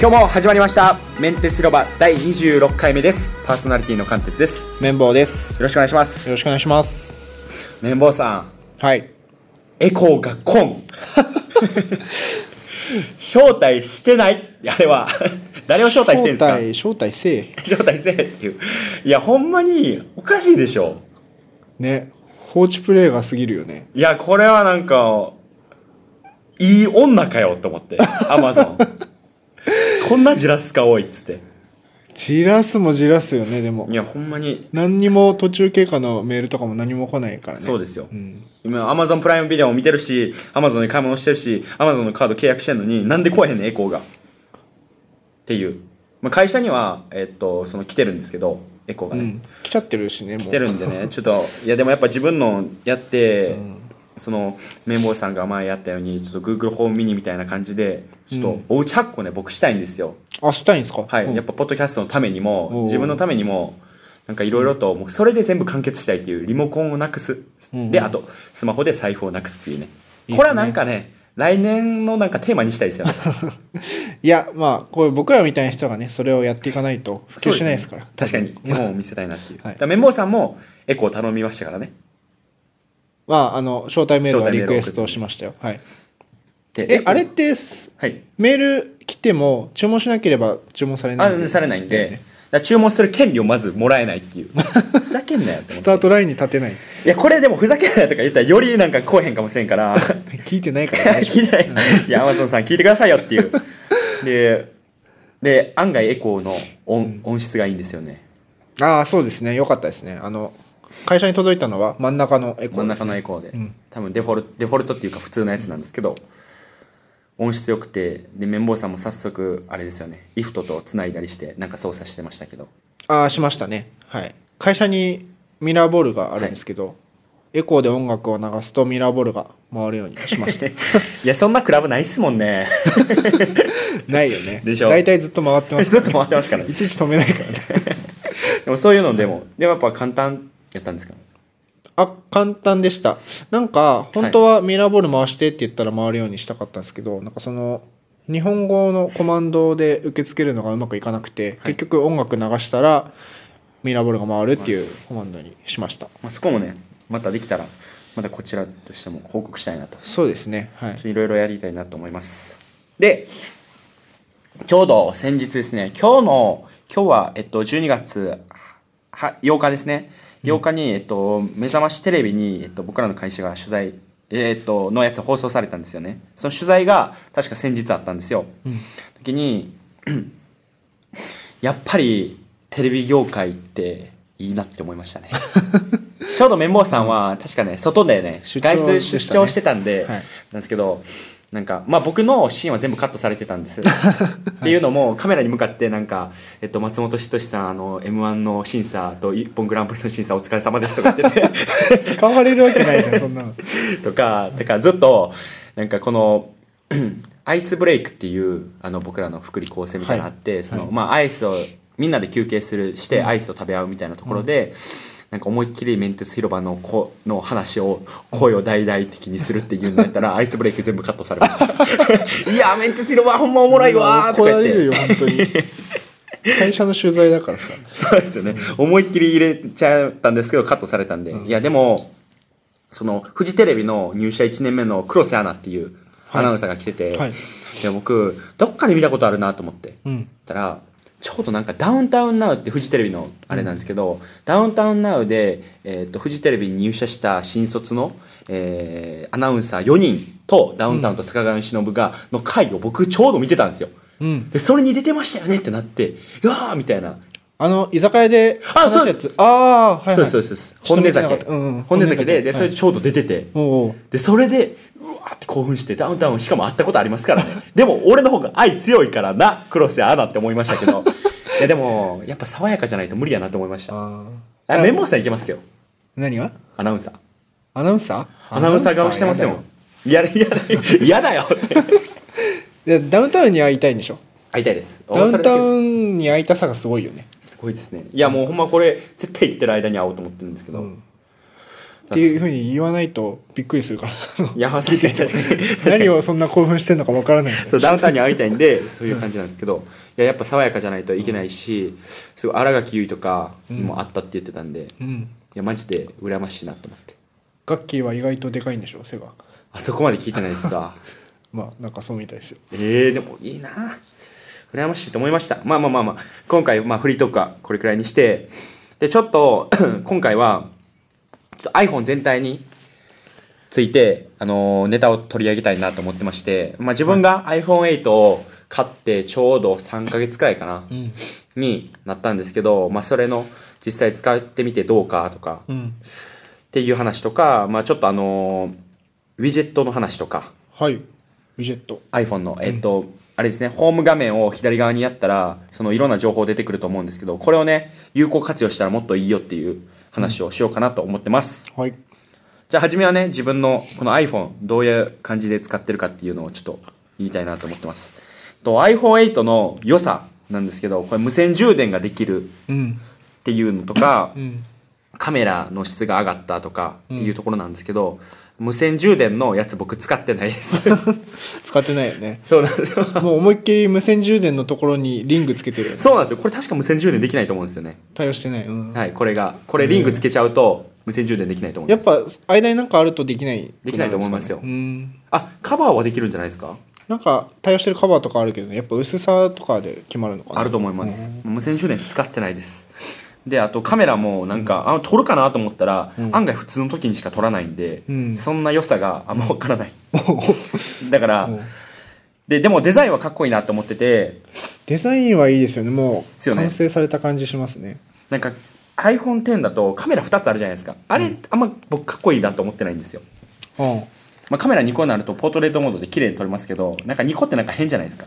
今日も始まりましたメンテ広場第26回目ですパーソナリティの貫徹ですよ綿棒です。ろしくお願いしまよろすしくお願いします。綿棒さんはい。エコーがコン 招待してないあれは 誰を招待してるんですか待、招待せえ。招待せえっていういやほんまにおかしいでしょね。放置プレイが過ぎるよね。いやこれはなんかいい女かよと思 ってアマゾンこんなじらすか多いっつってじらすもじらすよね、でもい。やほんまに何にも途中経過のメールとかも何も来ないからね。そうですよ、ん今アマゾンプライムビデオも見てるしアマゾンで買い物してるしアマゾンのカード契約してるのになんで来えへんねんエコーがっていう、まあ、会社には、えっとその来てるんですけどエコーがね、うん。来ちゃってるしね、もう。来てるんでね ちょっといやでもやっぱ自分のやって、その綿棒さんが前やったようにちょっと Google ホームミニみたいな感じでちょっうとおうち8個ね僕したいんですよあ、したいんですかはい、うんやっぱポッドキャストのためにおうも自分のためにもなんかいろいろともうそれで全部完結したいっていうリモコンをなくす、うんであとスマホで財布をなくすっていうねいいっすねこれはなんかね来年のなんかテーマにしたい ですよねいや、まあ、こういう僕らみたいな人がね、それをやっていかないと普及しないですから。確かに 手本を見せたいなっていう、はいだから綿棒さんもエコー頼みましたからねまあ、あの、招待メールは招待メールを送リクるエストをしましたよ。はい。でエえコ、ーあれってす、はいメール来ても注文しなければ注文されないんだよあねされないんで、だから注文する権利をまずもらえないっていう ふざけんなよってス思タっーてトラインに立て ないいやこれでもふざけんなよとか言ったらよりなんか来おへんかもしれんから聞いてないから大丈聞いてないいやアマゾンさん聞いてくださいよっていう でで案外エコーの音音質がいいんですよね夫 ああそうですねよかったですねあの会社に届いたのは真ん中のエコ真ーんです中ねのエコーで、ん多分デフォルデフォルトっていうか普通のやつなんですけど、音質良くてで綿棒さんも早速あれですよね IFT とつないだりしてなんか操作してましたけ どああしましたねはい会社にミラーボールがあるんですけど、エコーで音楽を流すとミラーボールが回るようにしまし たいやそんなクラブないっすもん ねないよねでしょ大体ずっと回ってます ずっと回ってますからねいちいち止めないからねでもそういうのでもでもやっぱ簡単やったんですかあ簡単でしたなんか本当はミラーボール回してって言ったら回るようにしたかったんですけど、なんかその日本語のコマンドで受け付けるのがうまくいかなくて、結局音楽流したらミラーボールが回るっていうコマンドにしましたまあ、そこもねまたできたらまたこちらとしても報告したいなとそうですねは いいろいろやりたいなと思いますでちょうど先日ですね今日の今日は、えっと、12月は8日ですね8日に、えっと、目覚ましテレビに、えっと、僕らの会社が取材、えっと、のやつ放送されたんですよねその取材が確か先日あったんですよ、時に やっぱりテレビ業界っていいなって思いました ねちょうど綿棒さんは確かね外でね出張外出でしたね出張してたんで、はいなんですけどなんかまあ僕のシーンは全部カットされてたんです っていうのもカメラに向かってなんか、えっと、松本人志さんあの m 1の審査と「一本グランプリ」の審査お疲れ様ですとか言って使われるわけないじゃんそんなのて とかだからずっとなんかこの アイスブレイクっていうあの僕らの福利厚生みたいなのあって、はいそのはいまあアイスをみんなで休憩するしてアイスを食べ合うみたいなところで、なんか思いっきりメンテス広場のこの話を声を大々的にするっていうんだったらアイスブレイク全部カットされました。い やーメンテス広場ほんまおもろいわーと怒から言っれるて。よ本当 に会社の取材だからさそうですよね。思いっきり入れちゃったんですけどカットされたんで。いやでもそのフジテレビの入社1年目の黒瀬アナっていうアナウンサーが来てて、はいで僕どっかで見たことあるなと思って。うんったらちょうどなんかダウンタウンナウってフジテレビのあれなんですけど、ダウンタウンナウで、えー、とフジテレビに入社した新卒の、えーアナウンサー4人とダウンタウンと坂上忍がの回を僕ちょうど見てたんですようんでそれに出てましたよねってなって「うわー!」みたいな、あの居酒屋で話すやそうですつああーはい、はい、そうですそうですそうちょっと見ですてな本音酒、かったうんうん本音酒でで本音酒それでちょうど出てて、おうおうでそれでうわーって興奮してダウンタウンしかも会ったことありますからね でも俺の方が愛強いからな黒瀬アナって思いましたけ どいやでもやっぱ爽やかじゃないと無理やなと思いましたああーメモさんいけますけど何がアナウンサーアナウンサーアナウンサー顔してますアナウよンサー嫌だ嫌だ嫌だよってやだよいやダウンタウン に会いたいんでしょ会いたいですダウンタンウンに会いたさがすごいよねすごいですねいやもうほんまこれ絶対行ってる間に会おうと思ってるんですけど、っていうふうに言わないとびっくりす るからいや確かに確かに何をそんな興奮してるのかわからないそうダウンタウンに会いたいんでそういう感じなんですけど、いややっぱ爽やかじゃないといけないし、すごい新垣結衣とかにもあったって言ってたんで、いうんやマジで羨ましいなと思ってガッキーは意外とでかいんでしょ背があそこまで聞いてないですさまあなんかそうみたいですよえー、でもいいな羨ましいと思いましたまあまあまあまあ今回、まあ、フリートークはこれくらいにしてでちょっと 今回はちょっと iPhone 全体について、あのーネタを取り上げたいなと思ってまして、まあ、自分が iPhone8 を買ってちょうど3ヶ月くらいかな、んになったんですけど、まあ、それの実際使ってみてどうかとかうっんていう話とか、まあ、ちょっとあのーウィジェットの話とかはいウィジェット iPhone の、えっと、あれですね、ホーム画面を左側にやったら、そのいろんな情報出てくると思うんですけど、これをね、有効活用したらもっといいよっていう話をしようかなと思ってます。はいじゃあ、初めはね、自分のこの iPhone、どういう感じで使ってるかっていうのをちょっと言いたいなと思ってます。と iPhone8 の良さなんですけど、これ無線充電ができるっうんていうのとかう、んカメラの質が上がったとかっていうところなんですけど、無線充電のやつ僕使ってないです。使ってないよね そうなんですよ。もう思いっきり無線充電のところにリングつけてるよねそうなんですよ。これ確か無線充電できないと思うんですよね。対応してない、うんはい、これが。これリングつけちゃうと無線充電できないと思いやまっす。ぱ間になんかあるとできないできないと思いますようんあ、カバーはできるんじゃないですかなんか対応してるカバーとかあるけど、やっぱ薄さとかで決まるのかなあると思います。無線充電使ってないです。で、あとカメラもなんか、あ撮るかなと思ったら、うん案外普通の時にしか撮らないんで、うんそんな良さがあんまわからない。だから、うんで、でもデザインはかっこいいなと思ってて、デザインはいいですよねもですうよね完成された感じしますねなんか iPhone X だとカメラ2つあるじゃないですか。あれ、あんま僕かっこいいなと思ってないんですよ。うんまあ、カメラ2個になるとポートレートモードで綺麗に撮れますけど、なんか2個ってなんか変じゃないですか。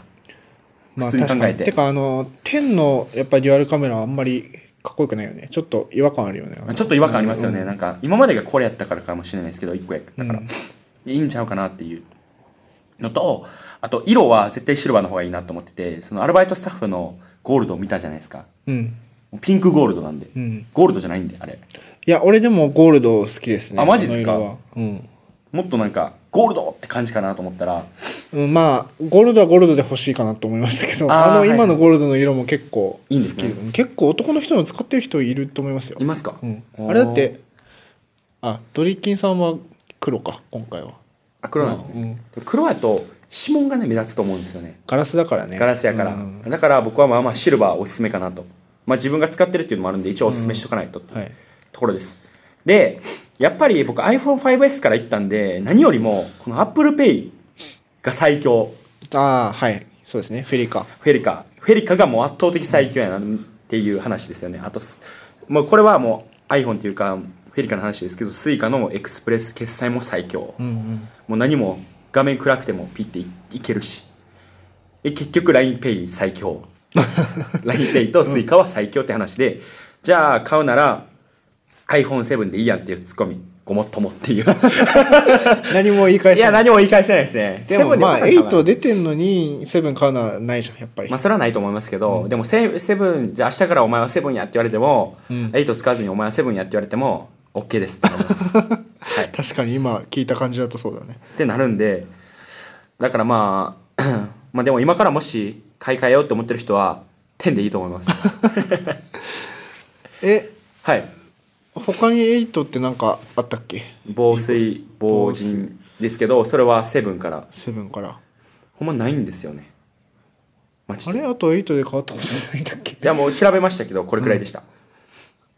まあ普通に確考えてかにてかあの10のやっぱりデュアルカメラはあんまりかっこよくないよねちょっと違和感あるよねちょっと違和感ありますよね、うんなんか今までがこれやったからかもしれないですけど1個やったから、うんいいんちゃうかなっていうのとあと色は絶対シルバーの方がいいなと思っててそのアルバイトスタッフのゴールドを見たじゃないですかうんピンクゴールドなんで、うんゴールドじゃないんであれいや俺でもゴールド好きですねあマジですかあの色はうんもっとなんかゴールドって感じかなと思ったらうん、まあゴールドはゴールドで欲しいかなと思いましたけどあーあのはい今のゴールドの色も結構好きいいんですねうん結構男の人も使ってる人いると思いますよい、ますか、うん、おーあれだってあドリッキンさんは黒か今回はあ黒なんですね、黒やと指紋がね目立つと思うんですよねガラスだからねガラスやから、うんだから僕はまあまあシルバーおすすめかなとまあ自分が使ってるっていうのもあるんで一応おすすめしとかないとっていうはいところです。で、やっぱり僕 iPhone5S から行ったんで、何よりも、この Apple Pay が最強。ああはいそうですねフェリカフェリカ。フェリカがもう圧倒的最強やなっていう話ですよね。あとす、もうこれはもう iPhone っていうか、フェリカの話ですけど、Suica のエクスプレス決済も最強。うんうんもう何も画面暗くてもピッていいけるし。で結局 LINEPay 最 強。LINEPay と Suica は最強って話で、じゃあ買うなら iPhone7 でいいやんっていうツッコミ。ごもっともって いう。何も言い返いせや、ない何も言い返せないですね。でもまあセブン良かったんちゃうか8な出てんのに7買うのはないじゃんやっぱり、まあ、それはないと思いますけど、でもセ、セブン、じゃあ明日からお前はセブンやって言われても、うん8使わずにお前はセブンやって言われても、OK ですって思い ます。はい。っ確かに今聞いた感じだとそうだねてなるんで、だからまあ、 まあでも今からもし買い替えようと思ってる人は、10でいいと思い ます。えはい。他に8って何かあったっけ防水、防塵ですけど、それはセブンから。 7からほんまないんですよね。マジあで。れいあと8で変わったことないんだっけや、もう調べましたけど、これくらいでした。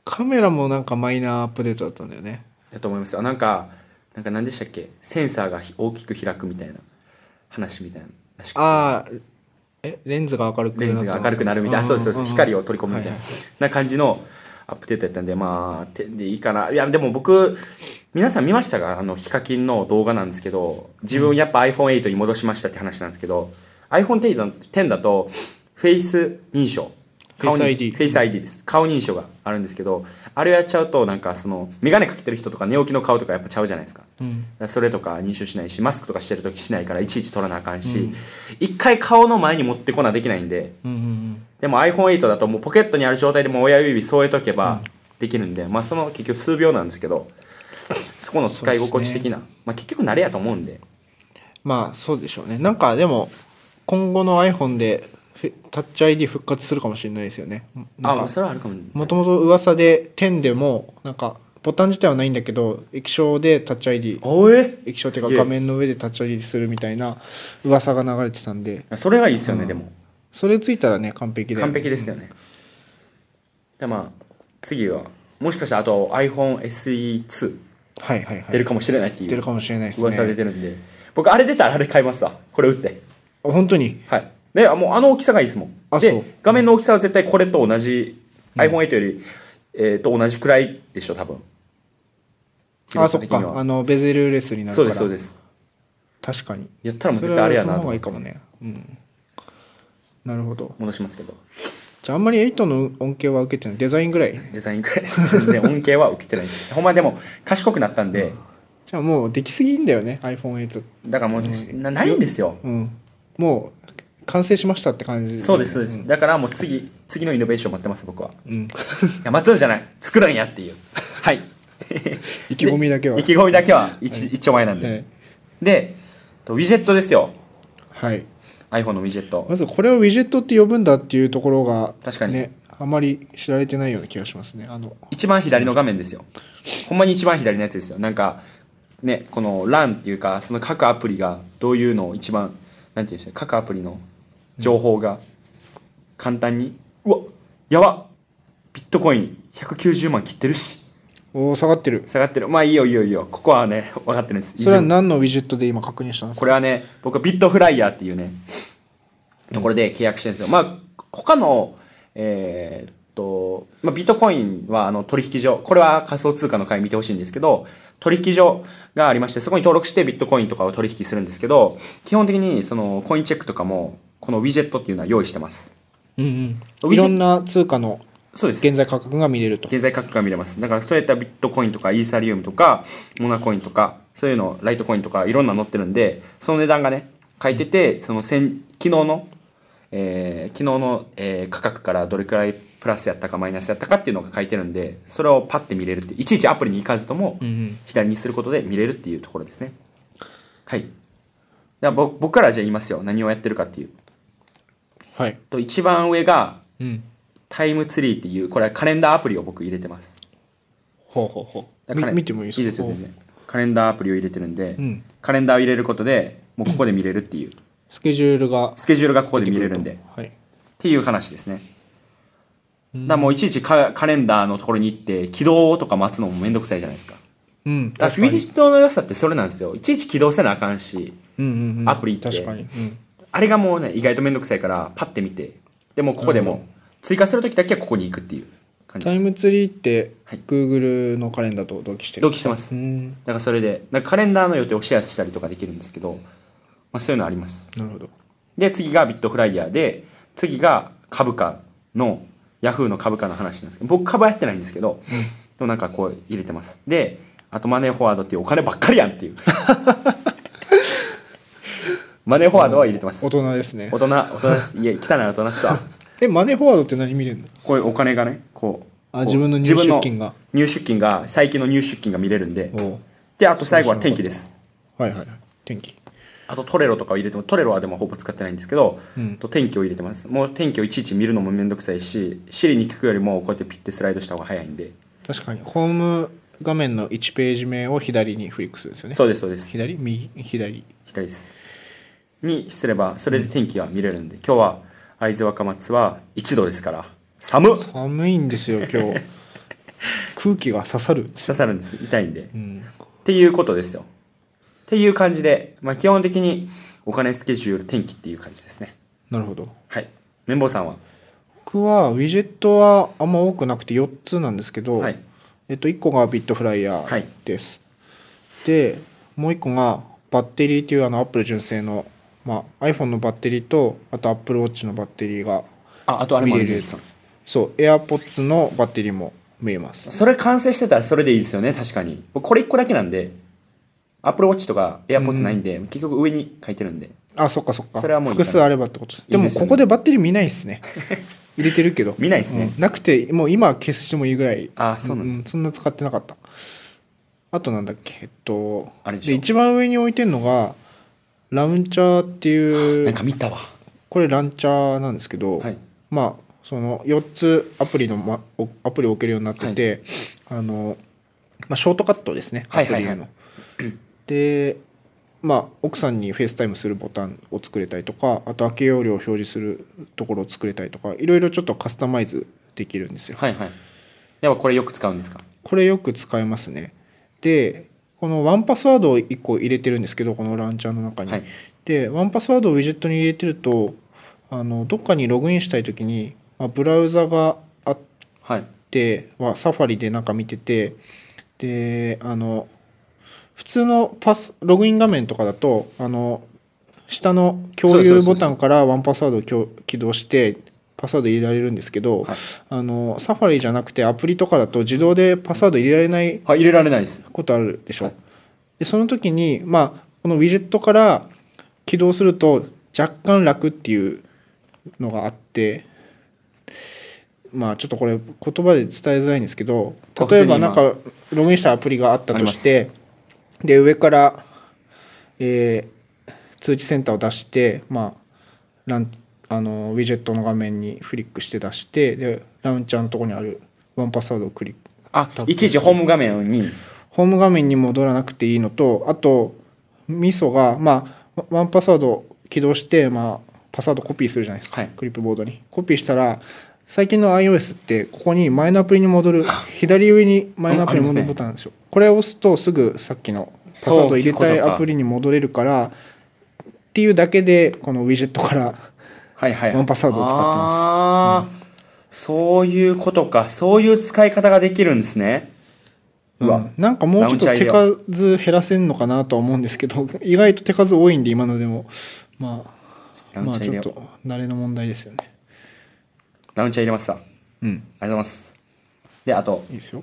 カメラもなんかマイナーアップデートだったんだよねやと思いますよなんかなんか何でしたっけセンサーがひ大きく開くみたいな話みたいならしくてああえレンズが明るくレンズが明るくなるみたいなそうですそうです光を取り込むみたいな,、はいはいな感じのアップデートやったんでまあ点でいいかないやでも僕皆さん見ましたかあのヒカキンの動画なんですけど自分やっぱ iPhone8 に戻しましたって話なんですけど、iPhone10 だ10だとフェイス認証顔認 Face ID フェイス ID です顔認証があるんですけどあれをやっちゃうとなんかその眼鏡かけてる人とか寝起きの顔とかやっぱちゃうじゃないですかうんだからそれとか認証しないしマスクとかしてる時しないからいちいち取らなあかんし一、回顔の前に持ってこなできないんでうんうんうんでも iPhone8 だともうポケットにある状態でもう親指添えとけばできるんで、まあその結局数秒なんですけどこの使い心地的な、まあ、結局慣れやと思うんでまあそうでしょうねなんかでも今後の iPhone でふタッチ ID 復活するかもしれないですよねなんあかそれはあるかもねもともと噂で10でもなんかボタン自体はないんだけど液晶でタッチ ID おえ液晶ってすいうかげえ画面の上でタッチ ID するみたいな噂が流れてたんでそれがいいですよね、うんでもそれついたらね完璧だよね完璧ですよね、でまあ次はもしかしたらあと iPhoneSE2 はいはいはい出るかもしれないってい出るうかもしれないですね噂出てるんで、僕あれ出たらあれ買いますわこれ打ってあ本当にはいであもうあの大きさがいいですもんあそうで画面の大きさは絶対これと同じ、iPhone8 より、えー、と同じくらいでしょ多分あそ広さっ的にかあのベゼルレスになるかそうらですそうです確かにやったらもう絶対あれやなとその方思がいっいてかもねうんなるほど戻しますけどじゃああんまり8の恩恵は受けてないデザインぐらいデザインくらいです全然恩恵は受けてないですほんまでも賢くなったんで、じゃあもうできすぎんだよね iPhone8 だからもう、なないんですようんもう完成しましたって感じそうですそうです、だからもう次次のイノベーション待ってます僕はうんいや待つんじゃない作るんやって いうはい意気込みだけは意気込みだけは一,、一丁前なんで、はいでとウィジェットですよはい、 iPhone のウィジェットまずこれをウィジェットって呼ぶんだっていうところが、確かにね、あまり知られてないような気がしますねあの一番左の画面ですよほんまに一番左のやつですよなんかねこの LAN っていうかその各アプリがどういうのを一番なんていうんですか各アプリの情報が簡単に、うわやばビットコイン190万切ってるしおー下がってる下がってるまあいいよいいよいいよここはね分かってるんですそれは何のウィジェットで今確認したんですこかれはね僕はビットフライヤーっていうねところで契約してるんですよまあ他のえーっと、まあ、ビットコインはあの取引所これは仮想通貨の回見てほしいんですけど取引所がありましてそこに登録してビットコインとかを取引するんですけど基本的にそのコインチェックとかもこのウィジェットっていうのは用意してますうんウうィん、いジェろんな通貨のそうです現在価格が見れると経済価格が見れますだからそういったビットコインとかイーサリウムとかモナコインとかそういうのライトコインとかいろんなの載ってるんでその値段がね書いててその先昨日の、えー昨日の、えー価格からどれくらいプラスやったかマイナスやったかっていうのが書いてるんでそれをパッて見れるっていちいちアプリに行かずともうんうん左にすることで見れるっていうところですねはいでは僕僕からじゃあ言いますよ何をやってるかっていうはい、と一番上がうん、タイムツリーっていうこれはカレンダーアプリを僕入れてますほうほうほうカレンみ見てもいいですかいいですよ全然カレンダーアプリを入れてるんで、うんカレンダーを入れることでもうここで見れるっていうスケジュールがスケジュールがここで見れるんでっはいていう話ですねだからもういちいちカカレンダーのところに行って起動とか待つのもめんどくさいじゃないですかうんだからウィジェットの良さってそれなんですよいちいち起動せなあかんしうんうんうんアプリって確かに、うん、あれがもうね意外とめんどくさいからパッて見てでもうここでなるも追加するときだけはここに行くっていう感じタでイすムツリーってはい Google のカレンダーと同期してる同期してますうんだからそれでなんかカレンダーの予定をシェアしたりとかできるんですけど、まあ、そういうのありますなるほどで次がビットフライヤーで次が株価のヤフーの株価の話なんですけど僕株はやってないんですけど、でもなんかこう入れてますであとマネーフォワードっていうお金ばっかりやん っていうマネーフォワードは入れてます大人ですね大人大人ですいえ汚い大人っすわえマネーフォワードって何見れるのこういうお金がねこう あこう自分の入出金が自分の入出金が最近の入出金が見れるんでおであと最後は天気ですはいはいはい天気あとトレロとかを入れてもトレロはでもほぼ使ってないんですけど、うんと天気を入れてますもう天気をいちいち見るのもめんどくさいし Siri に聞くよりもこうやってピッてスライドした方が早いんで、確かにホーム画面の1ページ目を左にフリックするんですよねそうですそうです左右左左ですにすればそれで天気が見れるんで、今日は会津若松は1度ですから寒っ刺寒いんですよ今 日空気が刺さるさるんです痛いんで、うっんていうことですよっていう感じで、まあ、基本的にお金スケジュール天気っていう感じですねなるほどはい綿棒さんは僕はウィジェットはあんま多くなくて4つなんですけど、はいえっと、1個がビットフライヤはいーです、でもう1個がバッテリーというあのアップル純正の、まあ、iPhone のバッテリーとあと AppleWatch のバッテリーがああとあれも見あれるんでるすかそう AirPods のバッテリーも見れますそれ完成してたらそれでいいですよね確かに僕これ1個だけなんで Apple Watch とか AirPods ないんで、結局上に書いてるんであそっかそっかそれはもういいか複な数あればってことですいいでですよねもここでバッテリー見ないで すね入れてるけど見ないっすねうんなくてもう今は消してもいいぐらいあそうなんですねそんな使ってなかったあとなんだっけえっとあれでしょで一番上に置いてるのがラムチャーっていなんうか見たわこれランチャーなんですけど、はいまあその4つアプリの、ま、おアプリを置けるようになってて、あの、まあ、ショートカットですねはアいプはいリはいへの。でまあ奥さんにフェイスタイムするボタンを作れたりとかあと空き容量を表示するところを作れたりとかいろいろちょっとカスタマイズできるんですよ。はいはいやっぱこれよく使うんですかこれよく使えますね。で、このワンパスワードを1個入れてるんですけど、このランチャーの中に。はいで、ワンパスワードをウィジェットに入れてると、あのどっかにログインしたいときに、まあ、ブラウザがあっはいて、まあ、サファリでなんか見てて、で、あの、普通のパス、ログイン画面とかだと、あの、下の共そうで有すそうボですタンからワンパスワードをきょ起動して、パスワード入れられるんですけど、はいあのサファリじゃなくてアプリとかだと自動でパスワード入れられないあ入れられないですことあるでしょ、はいでその時に、まあ、このウィジェットから起動すると若干楽っていうのがあってまあちょっとこれ言葉で伝えづらいんですけどあ例えば普通に今なんかログインしたアプリがあったとしてで上から、えー通知センターを出して、まあ、ランあのウィジェットの画面にフリックして出してでラウンチャーのところにあるワンパスワードをクリックあいちいちホーム画面にホーム画面に戻らなくていいのと、あと、ミソが、まあ、ワワンパスワードを起動して、まあ、パスワードコピーするじゃないですか、はいクリップボードに。コピーしたら、最近の iOS って、ここに前のアプリに戻る、左上に前のアプリに戻るボタンなんですよ。これを押すと、すぐさっきのパスワードを入れたそういいうことアかプリに戻れるから、っていうだけで、このウィジェットから、はいはいはいワンパスワードを使ってますあーそういうことかそういう使い方ができるんですねうわうんなんかもうちょっとラウンジ手ャー数減らせんのかなとは思うんですけど、意外と手数多いんで、今のでも、まあ、ラウまンあチャーち入ょれっと慣れの問題ですよね。ラウンチャー入れましたありうん、がとうございますであといいですよ。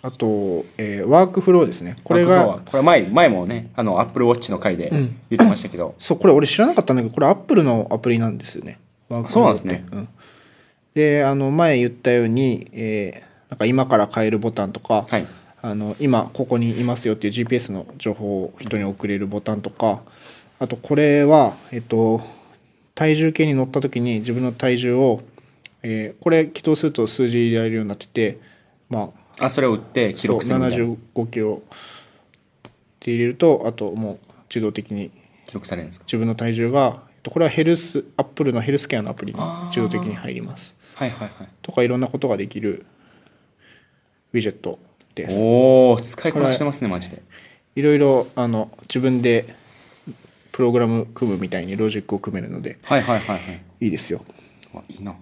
あと、えーワークフローですね。これマクドがは、これ前前もねあのアップルウォッチの回で言ってましたけど、そう、これ俺知らなかったんだけど、これ Apple のアプリなんですよね。ワークフローってそうなんですうんで、あの、前言ったように、えーなんか今から変えるボタンとか、はいあの今ここにいますよっていう GPS の情報を人に送れるボタンとかあとこれは、えっと、体重計に乗った時に自分の体重を、えーこれ起動すると数字入れられるようになってて、まあ、あそれを打って記そう録するみたいな75キロって入れるとあともう自動的に記録されるんですか自分の体重が、えっと、これはヘルスアップルのヘルスケアのアプリに自動的に入りますはいはいはいとかいろんなことができるウィジェットです。おお使いこなしてますねマジでいろいろあの自分でプログラム組むみたいにロジックを組めるのではいはいはいはいいいですよあいいな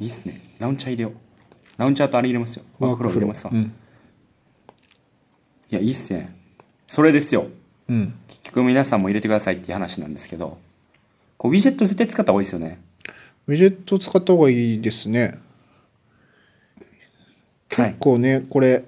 いいっすねラウンチャー入れようラウンチャーとあれ入れますよワークフロー入れますわ、ういん、やいいっすねそれですようん、結局皆さんも入れてくださいっていう話なんですけどこうウィジェット絶対使った方がいいですよねウィジェット使った方がいいですねはい結構ね、これ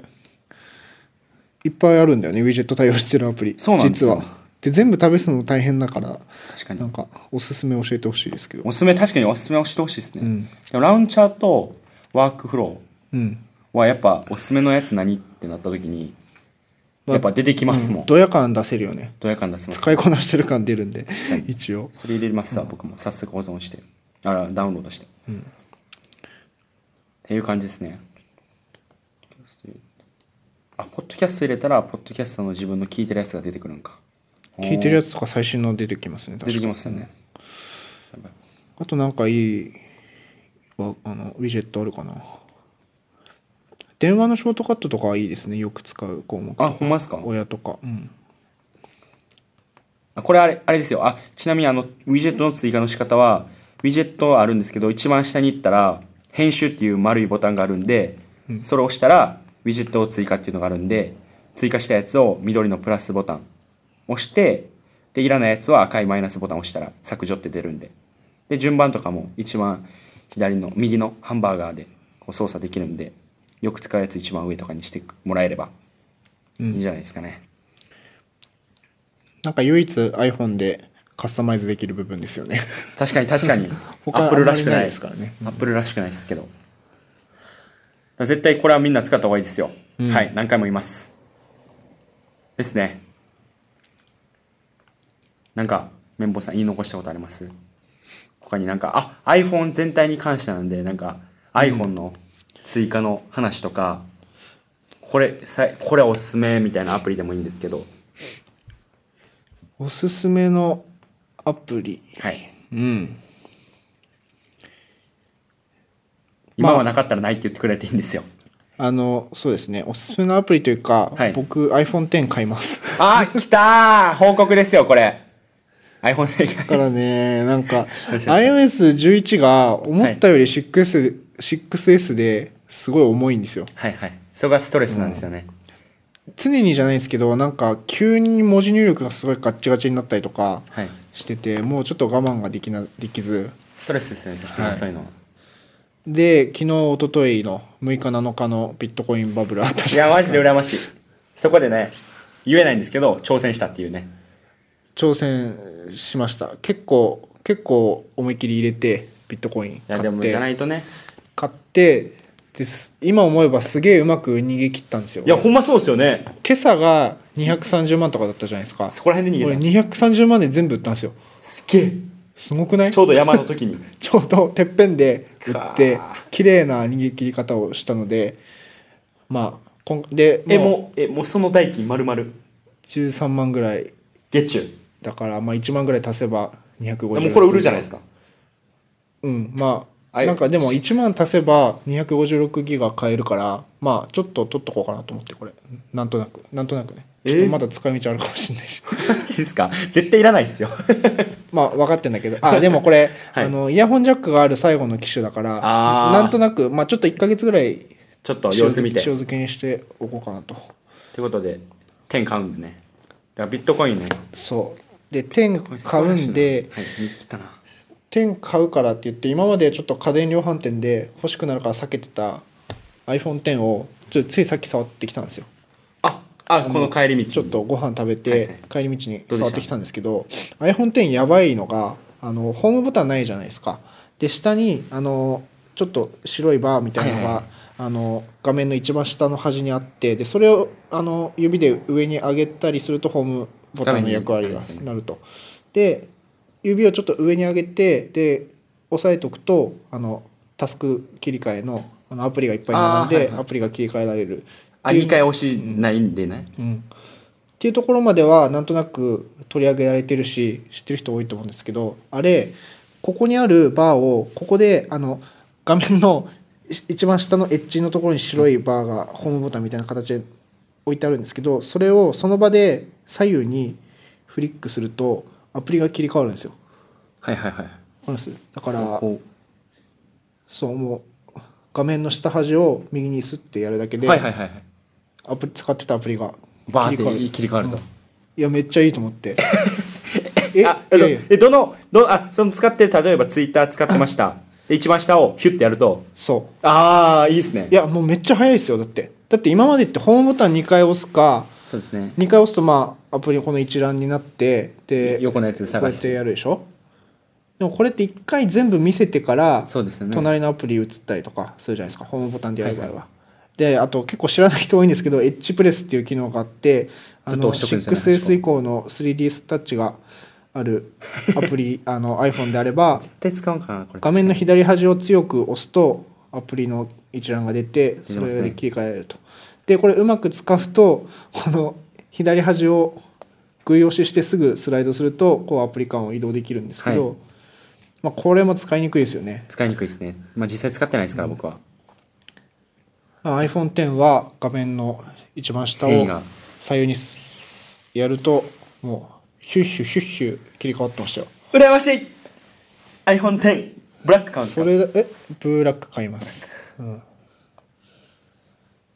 いっぱいあるんだよねウィジェット対応してるアプリそうなんです実よはで全部試すの大変だから確かなんにかおすすめ教えてほしいですけどおすすめ確かにおすすめをしてほしいですね、うんでもラウンチャーとワークフロうんーはやっぱおすすめのやつ何ってなった時にまあやっぱ出てきますもん、ドヤ感出せるよねドヤ感出せます使いこなしてる感出るんでかに一応それ入れました、僕も早速保存してあらダウンロードして、っていう感じですねあポッドキャスト入れたらポッドキャストの自分の聞いてるやつが出てくるんか聞いてるやつとか最新の出てきますね出確てかきにますよね、あとなんかいいわあのウィジェットあるかな電話のショートカットとかはいいですねよく使う項目あほんまですか親とか、うん、あこれあれあれですよあちなみにあのウィジェットの追加の仕方はウィジェットはあるんですけど一番下に行ったら編集っていう丸いボタンがあるんで、それを押したらウィジェットを追加っていうのがあるんで追加したやつを緑のプラスボタン押してでいらないやつは赤いマイナスボタン押したら削除って出るんでで順番とかも一番左の右のハンバーガーでこう操作できるんでよく使うやつ一番上とかにしてもらえればいいんじゃないですかね、なんか唯一 iPhone でカスタマイズできる部分ですよね 確かに確かに他アップルらしくあんまりなないいですからねアップルらしくないですけどだから絶対これはみんな使った方がいいですよ、はい何回も言いますですねなんか綿棒さん言い残したことあります他になんかあ iPhone 全体に関してなんでなんか iPhone の追加の話とか、これさこれおすすめみたいなアプリでもいいんですけどおすすめのアプリはいうん今はなかったらないって言ってくれていいんですよ、あのそうですねおすすめのアプリというか、はい僕 iPhone10 買います あ来たー報告ですよこれ iPhone 正解だからねなんかどうした iOS11 が思ったより 6S,、6S ですごい重いんですよはいはいそれがストレスなんですよね、常にじゃないんですけどなんか急に文字入力がすごいガッチガチになったりとかはいしててもうちょっと我慢ができなできずストレスですよね確かはにいそういうのは、で昨日一昨日の6日7日のビットコインバブルあったい、じやゃないマでジすかで羨ましいそこでね言えないんですけど挑戦したっていうね挑戦しました結構結構思い切り入れてビットコインいや買でっもじゃなていとね買ってです今思えばすげえうまく逃げ切ったんですよいやほんまそうですよね今朝が230万とかだったじゃないですかそこら辺で逃俺げた230万で全部売ったんですよすっげえすごくないちょうど山の時にちょうどてっぺんで売ってかあ綺麗な逃げ切り方をしたのでまあこん でえもうもうえもうその代金丸々13万ぐらい月中だからまあ1万ぐらい足せば250でもこれ売るじゃないですかうんまはあいなんかでも1万足せば256ギガ買えるからまあちょっと取っとこうかなと思ってこれなんとなくなんとなくねえちょっとまだ使い道あるかもしれないし マジですか絶対いらないですよ まあ分かってんだけどあでもこれ、はいあのイヤホンジャックがある最後の機種だからあーなんとなくまあちょっと1か月ぐらいちょっと様子塩見て漬塩漬けにしておこうかなとということで10買うんでねだからビットコインねそうで10買うんではい見切ったな10買うからって言って今までちょっと家電量販店で欲しくなるから避けてた iPhone10 をちょついさっき触ってきたんですよああこの帰り道にちょっとご飯食べはいはいて帰り道にどうでした触ってきたんですけど iPhone10 やばいのがあのホームボタンないじゃないですかで下にあのちょっと白いバーみたいなはいのはいがあの画面の一番下の端にあってでそれをあの指で上に上げたりするとホームボタンの役割が画面になるとで指をちょっと上に上げてで押さえとくとあのタスク切り替えのあのアプリがいっぱい並んで、あーはいはいアプリが切り替えられるあ2回押しないんでね、うん、っていうところまではなんとなく取り上げられてるし知ってる人多いと思うんですけどあれここにあるバーをここであの画面のい一番下のエッジのところに白いバーがホームボタンみたいな形で置いてあるんですけどそれをその場で左右にフリックするとアプリが切り替わるんですよ。はいはいはいわかりますだからこうそうもう画面の下端を右にスッてやるだけで、はいはいはいはいアプリ使ってたアプリがバー切り替わってる切り替わると、いやめっちゃいいと思って えあえっといやいやえどのどあその使ってる例えばツイッター使ってま したで一番下をヒュッてやるとそああいいですねういやもうめっちゃ早いですよだってだって今までってホームボタン2回押すかそうですね2回押すとまあアプリこの一覧になってで横のやつ探こうやっしててやるでしょでもこれって1回全部見せてからそうですよね隣のアプリ移ったりとかするじゃないですかホームボタンでやる場合は、はいはであと結構知らない人多いんですけどエッジプレスっていう機能があってあずっとの押しとくんですよね 6S 以降の 3DS タッチがあるア プリあの iPhone であれば絶対使うんかなこれ画面の左端を強く押すとアプリの一覧が出てますねそれで切り替えられるとでこれうまく使うとこの左端をグイ押ししてすぐスライドするとこうアプリ間を移動できるんですけど、はいまあ、これも使いにくいですよね使いにくいですねまあ実際使ってないですから僕はあ iPhone X は画面の一番下繊維をが左右にスッやるともうヒュッヒュッヒュッヒュッ切り替わってましたよ羨ましい iPhone10 ブラック買うんですかそっれえブラック買います、うん、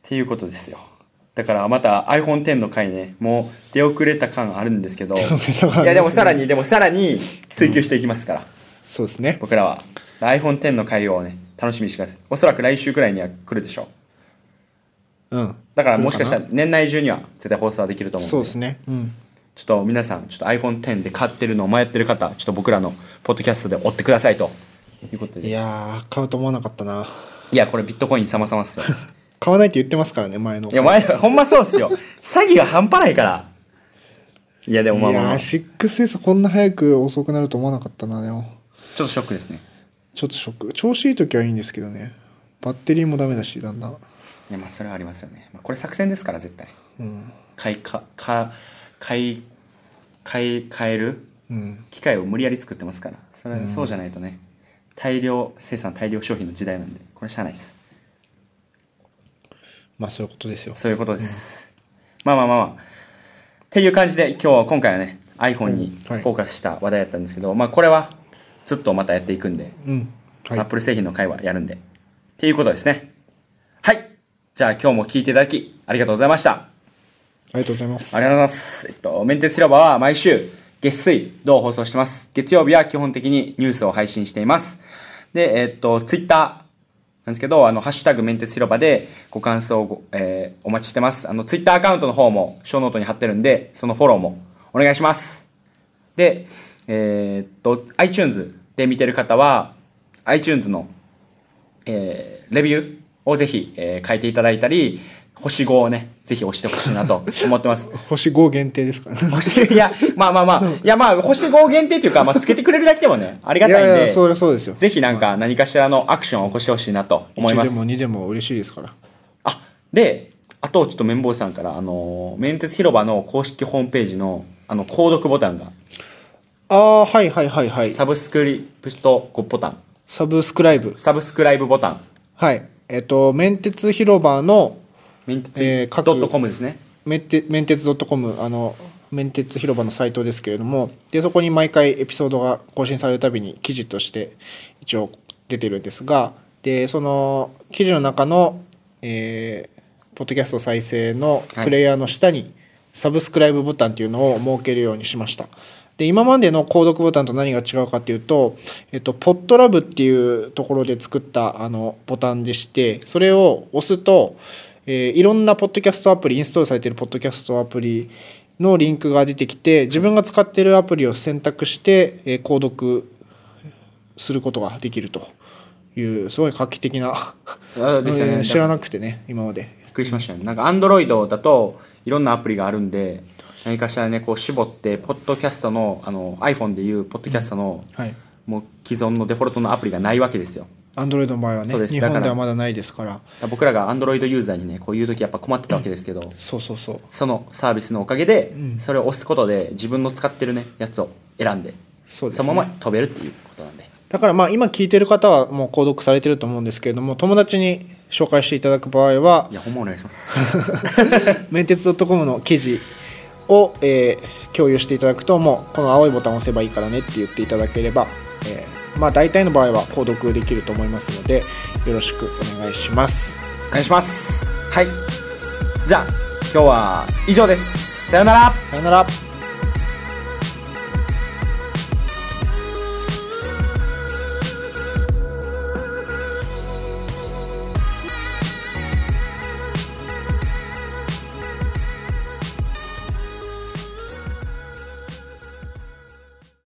ていうことですよだからまた iPhone10 の回ねもう出遅れた感あるんですけ ど遅れた感ありますねいやでもさらにでもさらに追求していきますから、そうですね僕らは iPhone10 の会をね楽しみにしてくださいおそらく来週くらいには来るでしょううんだからもしかしたら年内中には絶対放送はできると思うんでそうですねうんちょっと皆さんちょっと iPhone10 で買ってるのを迷ってる方ちょっと僕らのポッドキャストで追ってくださいということでいいややー買うと思わなかったなこれビットコイン様々っすよ買わないって言ってますからね、前の。いや、前、ほんまそうっすよ。詐欺が半端ないから。いや、でもまあいまあまやあ、ー、ちシックスエースこんな早く遅くなると思わなかったな、でも。ょっとショックですね。ちょっとショック。調子いい時はいいんですけどね。バッテリーもダメだし、だんだん。いや、まあ、それはありますよね。まあ、これ作戦ですから、絶対。うん。買い、か、か、買い、買い、買えるうん。機械を無理やり作ってますから。それは、そうじゃないとね、大量生産、大量消費の時代なんで、これしゃあないです。まあ、そういうことですよ。そういうことです。まあまあまあまあ。っていう感じで今日は今回はね iPhone にフはいォーカスした話題だったんですけど、まあこれはずっとまたやっていくんで、うん。はい。 Apple 製品の会話やるんで。っていうことですね。はい。じゃあ今日も聞いていただきありがとうございました。あありがとうございます。りがとうございます。えっと、メンテス広場は毎週月水同放送してます。月曜日は基本的にニュースを配信しています。で、えっと、Twitter なんですけど、あの、ハッシュタグメンテツ広場でご感想をご、えーお待ちしてます。あの、ツイッターアカウントの方も、ショーノートに貼ってるんで、そのフォローもお願いします。で、えーっと、iTunes で見てる方は、iTunes の、えーレビューをぜひ、えー書いていただいたり、星5をね、ぜひ押してほしいなと思ってます。星5限定ですからね。星 いや、まあまあまあ、いやまあ、星5限定というか、まあ、つけてくれるだけでも ね、ありがいたいんで、やいや、そうそうですよ。ぜひなんか、何かしらのアクションを起こしてほしいなと思います。 1でも2でも嬉しいですから。あであとちょっと綿棒さんからあのーメンテス広場の公式ホームページのあの購読ボタンがああ、はいはいはいはい。サブスクリプトボタンサブスクライブ。サブスクライブボタンはい。えっ、と、面鉄広場の、メンテツえー各ドットコムですねメンテメンテツ .com、あの、面鉄広場のサイトですけれども、で、そこに毎回エピソードが更新されるたびに記事として一応出てるんですが、で、その記事の中の、えーポッドキャスト再生のプレイヤーの下に、サブスクライブボタンっていうのを設けるようにしました。で、今までの購読ボタンと何が違うかっていうと、えっと、ポットラブっていうところで作ったあのボタンでして、それを押すと、えーいろんなポッドキャストアプリ、インストールされているポッドキャストアプリのリンクが出てきて、自分が使っているアプリを選択して、えー購読することができるという、すごい画期的な、あです よね知らなくてね、今まで。びっくりしましたねなんかアンドロイドだといろんなアプリがあるんで何かしらねこう絞ってポッドキャストのあの iPhone でいうポッドキャストの、はい。もう既存のデフォルトのアプリがないわけですよアンドロイドの場合はねそうです日だか本らではまだないですからだから僕らがアンドロイドユーザーにねこういう時やっぱ困ってたわけですけどそうそうそうそのサービスのおかげで、それを押すことで自分の使ってるねやつを選んでそうですねのまま飛べるっていうことなんでだからまあ今聞いてる方はもう購読されてると思うんですけれども友達に紹介していただく場合はいやほんまお願いしますメンテツ .com の記事を、えー共有していただくともうこの青いボタンを押せばいいからねって言っていただければ、えーまあ大体の場合は購読できると思いますのでよろしくお願いします お願いしますはいじゃあ今日は以上ですさよならさよなら